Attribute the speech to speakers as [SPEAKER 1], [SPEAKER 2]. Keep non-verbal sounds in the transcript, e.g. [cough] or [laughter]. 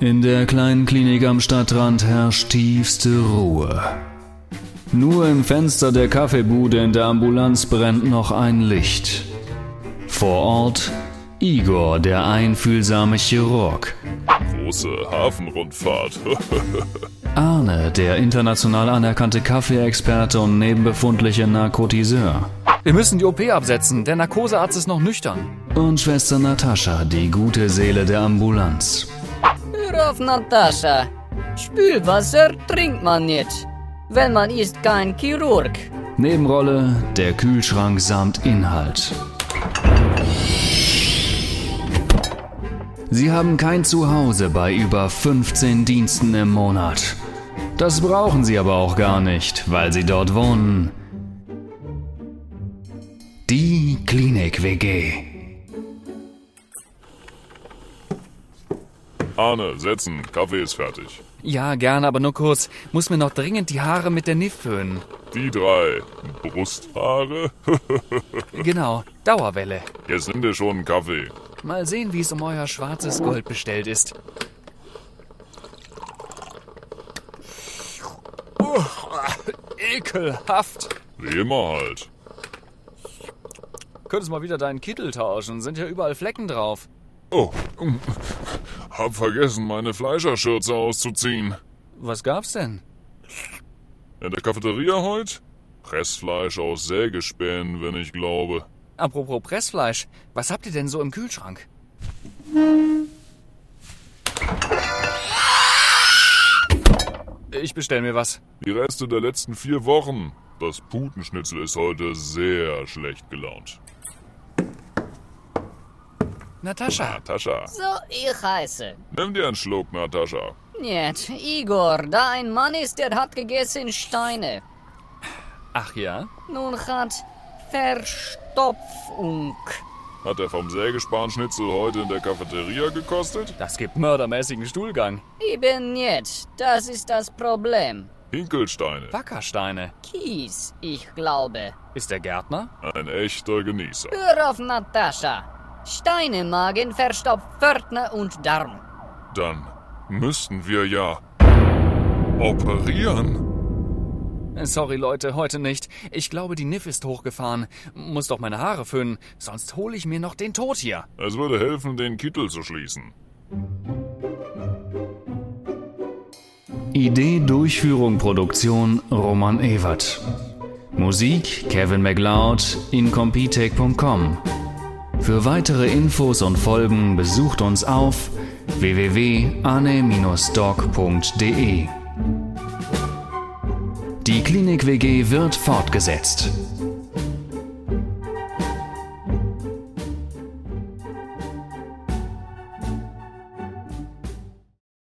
[SPEAKER 1] In der kleinen Klinik am Stadtrand herrscht tiefste Ruhe. Nur im Fenster der Kaffeebude in der Ambulanz brennt noch ein Licht. Vor Ort Igor, der einfühlsame Chirurg.
[SPEAKER 2] Große Hafenrundfahrt. [laughs]
[SPEAKER 1] Arne, der international anerkannte Kaffeeexperte und nebenbefundliche Narkotiseur.
[SPEAKER 3] Wir müssen die OP absetzen. Der Narkosearzt ist noch nüchtern.
[SPEAKER 1] Und Schwester Natascha, die gute Seele der Ambulanz.
[SPEAKER 4] Hör auf, Natascha. Spülwasser trinkt man nicht. Wenn man ist kein Chirurg.
[SPEAKER 1] Nebenrolle, der Kühlschrank samt Inhalt. Sie haben kein Zuhause bei über 15 Diensten im Monat. Das brauchen Sie aber auch gar nicht, weil Sie dort wohnen. Die Klinik WG.
[SPEAKER 2] Arne, setzen. Kaffee ist fertig.
[SPEAKER 3] Ja, gerne, aber nur kurz. Muss mir noch dringend die Haare mit der Niff föhnen.
[SPEAKER 2] Die drei Brusthaare. [laughs]
[SPEAKER 3] Genau, Dauerwelle.
[SPEAKER 2] Jetzt nimm dir schon einen Kaffee.
[SPEAKER 3] Mal sehen, wie es um euer schwarzes Gold bestellt ist. Uah, Oh, ekelhaft.
[SPEAKER 2] Wie immer halt.
[SPEAKER 3] Könntest mal wieder deinen Kittel tauschen. Sind ja überall Flecken drauf.
[SPEAKER 2] Oh, hm. [laughs] hab vergessen, meine Fleischerschürze auszuziehen.
[SPEAKER 3] Was gab's denn?
[SPEAKER 2] In der Cafeteria heute? Pressfleisch aus Sägespänen, wenn ich glaube.
[SPEAKER 3] Apropos Pressfleisch, was habt ihr denn so im Kühlschrank? Ich bestell mir was.
[SPEAKER 2] Die Reste der letzten vier Wochen. Das Putenschnitzel ist heute sehr schlecht gelaunt.
[SPEAKER 3] Natascha,
[SPEAKER 2] Natascha,
[SPEAKER 4] So, ich heiße.
[SPEAKER 2] nimm dir einen Schluck, Natascha.
[SPEAKER 4] Nicht, Igor, da ein Mann ist, der hat gegessen Steine.
[SPEAKER 3] ach ja?
[SPEAKER 4] Nun hat Verstopfung.
[SPEAKER 2] Hat er vom Sägespanschnitzel heute in der Cafeteria gekostet?
[SPEAKER 3] Das gibt mördermäßigen Stuhlgang.
[SPEAKER 4] Eben nicht, das ist das Problem.
[SPEAKER 2] Hinkelsteine.
[SPEAKER 3] Wackersteine.
[SPEAKER 4] Kies, ich glaube.
[SPEAKER 3] Ist der Gärtner?
[SPEAKER 2] Ein echter Genießer.
[SPEAKER 4] Hör auf, Natascha. Steine im Magen verstopft Pförtner und Darm.
[SPEAKER 2] Dann müssten wir ja operieren.
[SPEAKER 3] Sorry Leute, heute nicht. Ich glaube, die Niff ist hochgefahren. Muss doch meine Haare föhnen, sonst hole ich mir noch den Tod hier.
[SPEAKER 2] Es würde helfen, den Kittel zu schließen.
[SPEAKER 1] Idee, Durchführung, Produktion Roman Evert. Musik Kevin MacLeod, incompetech.com. Für weitere Infos und Folgen besucht uns auf www.ane-doc.de. Die Klinik WG wird fortgesetzt.